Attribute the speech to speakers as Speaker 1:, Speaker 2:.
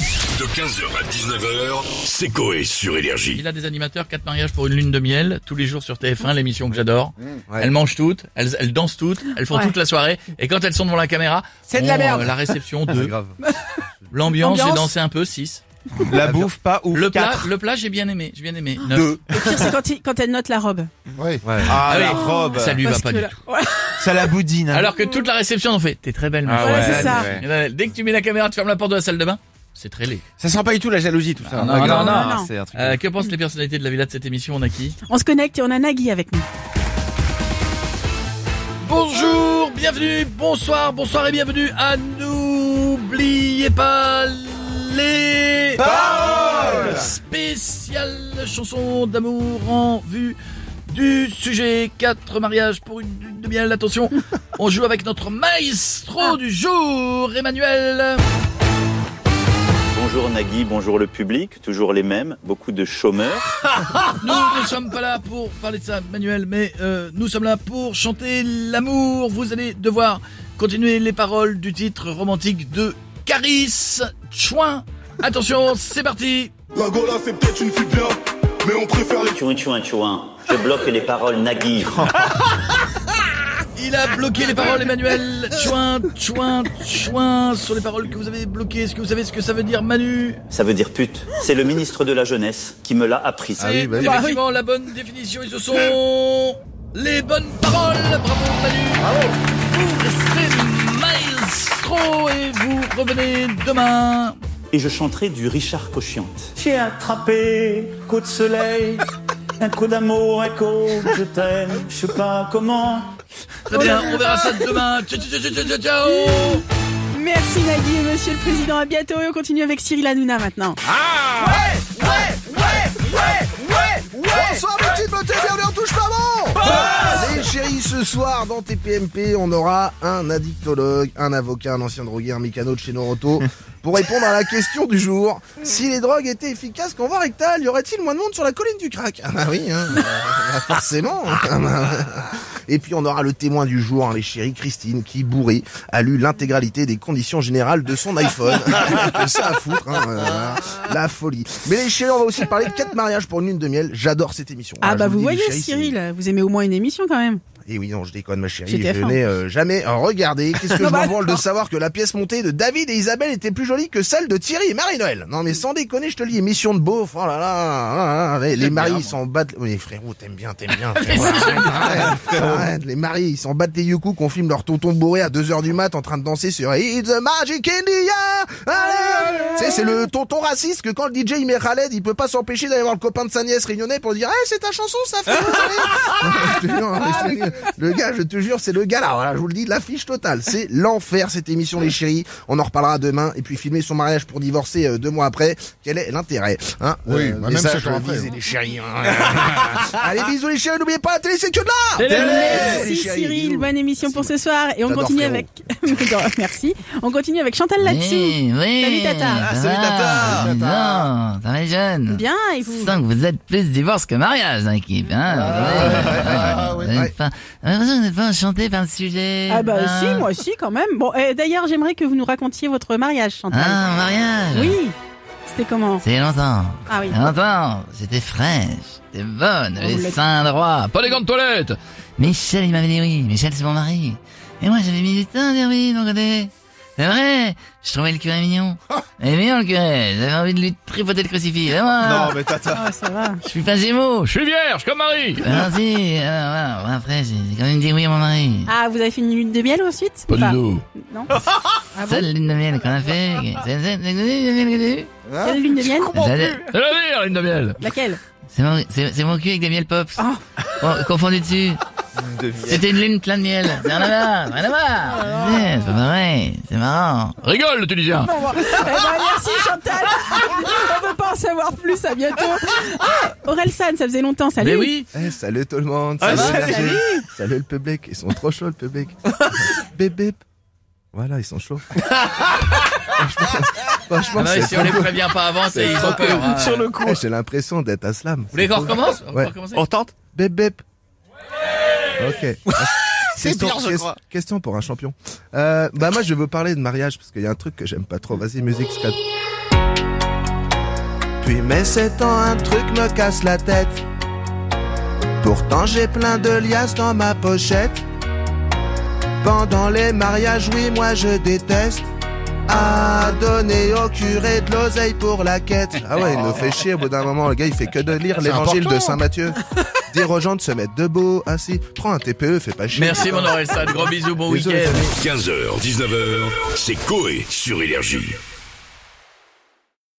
Speaker 1: De 15h à 19h, c'est Coé sur Énergie.
Speaker 2: Il a des animateurs, quatre mariages pour une lune de miel, tous les jours sur TF1, l'émission que j'adore. Elles mangent toutes, elles, elles dansent toutes, elles font
Speaker 3: Ouais.
Speaker 2: toute la soirée, et quand elles sont devant la caméra,
Speaker 4: C'est de la
Speaker 2: on,
Speaker 4: merde.
Speaker 2: la réception
Speaker 4: Ah,
Speaker 2: de l'ambiance, j'ai
Speaker 3: Ambiance.
Speaker 2: dansé un peu, 6.
Speaker 4: La bouffe pas ouf.
Speaker 2: Le plat,
Speaker 4: 4.
Speaker 2: le plat, j'ai bien aimé, j'ai bien aimé, 9.
Speaker 3: Le pire, c'est quand, il- quand elle note la robe.
Speaker 4: Ah,
Speaker 2: Ah
Speaker 4: la
Speaker 2: oui.
Speaker 4: robe.
Speaker 2: Ça lui va
Speaker 3: Parce
Speaker 2: pas
Speaker 3: que
Speaker 2: du
Speaker 3: là-
Speaker 2: tout.
Speaker 3: Ouais,
Speaker 4: Ça la boudine. hein.
Speaker 2: Alors que toute la réception en fait, t'es très belle. ma
Speaker 3: Ah ouais,
Speaker 2: fille.
Speaker 3: c'est ça.
Speaker 2: Et là, Dès que tu mets la caméra, tu fermes la porte de la salle de bain, c'est très laid.
Speaker 5: Ça sent pas du tout la jalousie tout ça.
Speaker 2: non, non,
Speaker 5: grave.
Speaker 2: non,
Speaker 5: Ah,
Speaker 3: non.
Speaker 5: c'est un truc.
Speaker 2: Euh, que pensent les personnalités de la villa de cette émission On a qui
Speaker 3: On se connecte et on a Nagui avec nous.
Speaker 2: Bonjour, bienvenue, bonsoir, bonsoir et bienvenue à N'oubliez pas les
Speaker 5: Euh,
Speaker 2: paroles Spéciale chanson d'amour en vue du sujet 4 mariages pour une lune de miel. Attention, on joue avec notre maestro du jour, Emmanuel.
Speaker 6: Bonjour Nagui, bonjour le public, toujours les mêmes, beaucoup de chômeurs.
Speaker 2: Nous ne sommes pas là pour parler de ça, Manuel, mais euh, nous sommes là pour chanter l'amour. Vous allez devoir continuer les paroles du titre romantique de Caris Chouin. Attention, c'est parti
Speaker 7: La Gola c'est peut-être une fille bien, mais on préfère les
Speaker 6: Tchouin tchouin tchouin, je bloque les paroles Nagui.
Speaker 2: Il a bloqué les paroles, Emmanuel Chouin, Chouin, Chouin, sur les paroles que vous avez bloquées. Est-ce que vous savez ce que ça veut dire, Manu
Speaker 6: Ça veut dire pute. C'est le ministre de la jeunesse qui me l'a appris.
Speaker 2: C'est bah
Speaker 8: Bah
Speaker 2: effectivement la bonne définition et ce sont les bonnes paroles. Bravo Manu. Vous restez maestro et vous revenez demain.
Speaker 6: Et je chanterai du Richard Cochiante.
Speaker 9: J'ai attrapé, coup de soleil, un coup d'amour, un coup de je t'aime, je sais pas comment.
Speaker 2: Très bien, on verra ça demain. Ciao, ciao, ciao, ciao, ciao, ciao.
Speaker 3: Merci Nagui et Monsieur le Président. À bientôt et on continue avec Cyril Hanouna maintenant.
Speaker 8: Bonsoir mes petites beautés, bienvenue en touche pas bon Les chéris, ce soir dans TPMP, on aura un addictologue, un avocat, un ancien drogué, un mécano de chez Noroto pour répondre à la question du jour. Si les drogues étaient efficaces qu'en voie rectale, y aurait-il moins de monde sur la colline du crack Ah bah oui, hein, euh, bah forcément hein. Et puis on aura le témoin du jour, hein, les chéris, Christine, qui bourrée a lu l'intégralité des conditions générales de son iPhone. Que ça à foutre, hein, euh, voilà. la folie. Mais les chéris, on va aussi parler de quatre mariages pour une lune de miel. J'adore cette émission.
Speaker 3: Ah
Speaker 8: Voilà,
Speaker 3: bah
Speaker 8: je
Speaker 3: vous
Speaker 8: le dis, les
Speaker 3: voyez
Speaker 8: chéris, c'est-
Speaker 3: Cyril, vous aimez au moins une émission quand même.
Speaker 8: et Eh oui, non, je déconne, ma chérie.
Speaker 3: C'était
Speaker 8: Je
Speaker 3: fin.
Speaker 8: n'ai euh, jamais regardé. Qu'est-ce que
Speaker 3: Non,
Speaker 8: je
Speaker 3: bah,
Speaker 8: m'en branle de
Speaker 3: non.
Speaker 8: savoir que la pièce montée de David et Isabelle était plus jolie que celle de Thierry et Marie-Noël. Non, mais sans déconner, je te lis, émission de beauf. Oh là là, là, là, les, les maris, ils s'en battent. Oui, frérot, t'aimes bien, t'aimes bien. frérot. Arrête, arrête, les maris, ils s'en battent les youkous qu'on filme leur tonton bourré à 2h du mat en train de danser sur It's the Magic India. Allez, tu sais, c'est le tonton raciste que quand le DJ il met Khaled, il peut pas s'empêcher d'aller voir le copain de sa nièce réunionnais pour dire Eh, c'est ta chanson, ça fait Je te jure, mais sérieux, Le gars, je te jure, c'est le gars là. Voilà, je vous le dis, l'affiche totale. C'est l'enfer, cette émission, les chéris. On en reparlera demain. Et puis, filmer son mariage pour divorcer euh, deux mois après. Quel est l'intérêt hein
Speaker 7: Oui, bah, même
Speaker 8: message
Speaker 7: cinq ans après,
Speaker 8: visé,
Speaker 7: hein.
Speaker 8: les chéris. Allez, bisous, les chéris. N'oubliez pas, la télé, c'est que de là
Speaker 3: Merci
Speaker 8: les chéris,
Speaker 3: Cyril,
Speaker 8: bisous.
Speaker 3: bonne émission pour ce soir et on
Speaker 8: J'adore,
Speaker 3: continue
Speaker 8: frérot.
Speaker 3: avec. Merci. On continue avec Chantal là-dessus.
Speaker 10: Oui, oui.
Speaker 3: Salut, Tata.
Speaker 10: Ça
Speaker 3: Ah,
Speaker 10: va,
Speaker 4: salut, Tata.
Speaker 10: dis donc, ça va les jeunes
Speaker 3: Bien et vous.
Speaker 10: Je sens que vous êtes plus divorce que mariage dans l'équipe. Hein
Speaker 8: Ah,
Speaker 10: vous
Speaker 8: ouais,
Speaker 10: n'êtes
Speaker 8: ouais.
Speaker 10: pas- J'ai l'impression que vous n'êtes pas enchanté par le sujet.
Speaker 3: Ah bah
Speaker 10: hein.
Speaker 3: si, moi si quand même. Bon, eh, d'ailleurs j'aimerais que vous nous racontiez votre mariage Chantal.
Speaker 10: Ah, un mariage
Speaker 3: Oui. C'était comment
Speaker 10: C'est longtemps.
Speaker 3: Ah oui.
Speaker 10: C'est longtemps. J'étais fraîche, j'étais bonne,
Speaker 3: Oh,
Speaker 10: les
Speaker 3: la-
Speaker 10: seins droits.
Speaker 2: Pas les gants de toilette.
Speaker 10: Michel, il m'avait dit oui. Michel, c'est mon mari. Et moi, j'avais mis du temps à dire oui de mon côté. C'est vrai, je trouvais le curé mignon. Il est mignon le curé, j'avais envie de lui tripoter le crucifix. Et moi,
Speaker 4: Non, mais tata.
Speaker 3: Ah ça va.
Speaker 10: je suis pas gémeaux,
Speaker 2: Je suis vierge comme Marie.
Speaker 10: Ah non, si, alors, voilà. Bon, après, j'ai j'ai quand même dit oui à mon mari.
Speaker 3: Ah vous avez fait une lune de miel ensuite ou Pas
Speaker 2: tout.
Speaker 3: Non.
Speaker 10: Seule lune de miel qu'on a fait. C'est c'est- c'est une lune de miel que j'ai eue.
Speaker 3: Quelle lune de miel
Speaker 10: J'allais-
Speaker 2: C'est la meilleure lune de miel.
Speaker 3: Laquelle
Speaker 10: C'est mon, c'est- c'est mon cul avec des miels pops.
Speaker 3: Oh.
Speaker 10: Bon, confondu dessus. C'était une lune pleine de miel. Rien à voir, rien à voir. C'est c'est pas vrai, c'est marrant.
Speaker 2: Rigole le Tunisien.
Speaker 3: Bon, bon. Eh ben, merci Chantal. On veut pas en savoir plus. À bientôt. Ah, Aurel San, ça faisait longtemps. Salut.
Speaker 2: Mais oui.
Speaker 8: Eh, salut tout le monde.
Speaker 4: Ah,
Speaker 8: salut,
Speaker 4: salut.
Speaker 8: les chéris. Salut le public. Ils sont trop chauds, le public. bip, bip. Voilà, ils sont chauds. franchement, franchement,
Speaker 2: Ah non,
Speaker 8: c'est
Speaker 2: si on les prévient pas avant, c'est ils ont peur. hein.
Speaker 4: Sur le
Speaker 2: Vous
Speaker 4: coup.
Speaker 8: Eh, J'ai l'impression d'être à slam.
Speaker 2: voulez qu'on recommence On peut
Speaker 8: Ouais.
Speaker 2: recommencer
Speaker 4: On tente
Speaker 8: Bip bip. Ok.
Speaker 4: C'est
Speaker 8: Question-
Speaker 4: pire, je
Speaker 8: ques-
Speaker 4: crois.
Speaker 8: Question pour un champion. Euh, bah moi je veux parler de mariage parce qu'il y a un truc que j'aime pas trop. Vas-y musique. Scott. depuis mes 7 ans, un truc me casse la tête. Pourtant j'ai plein de liasses dans ma pochette. Pendant les mariages, oui, moi je déteste. À donner au curé de l'oseille pour la quête. Ah ouais, il nous fait chier au bout d'un moment. Le gars, il fait que de lire l'évangile de Saint Matthieu. Dire aux gens de se mettre debout, assis. Prends un TPE, fais pas chier.
Speaker 2: Merci mon Orelsan, gros bisous, bon
Speaker 8: Désolé,
Speaker 2: week-end.
Speaker 1: 15h, 19h, c'est Coé sur Énergie.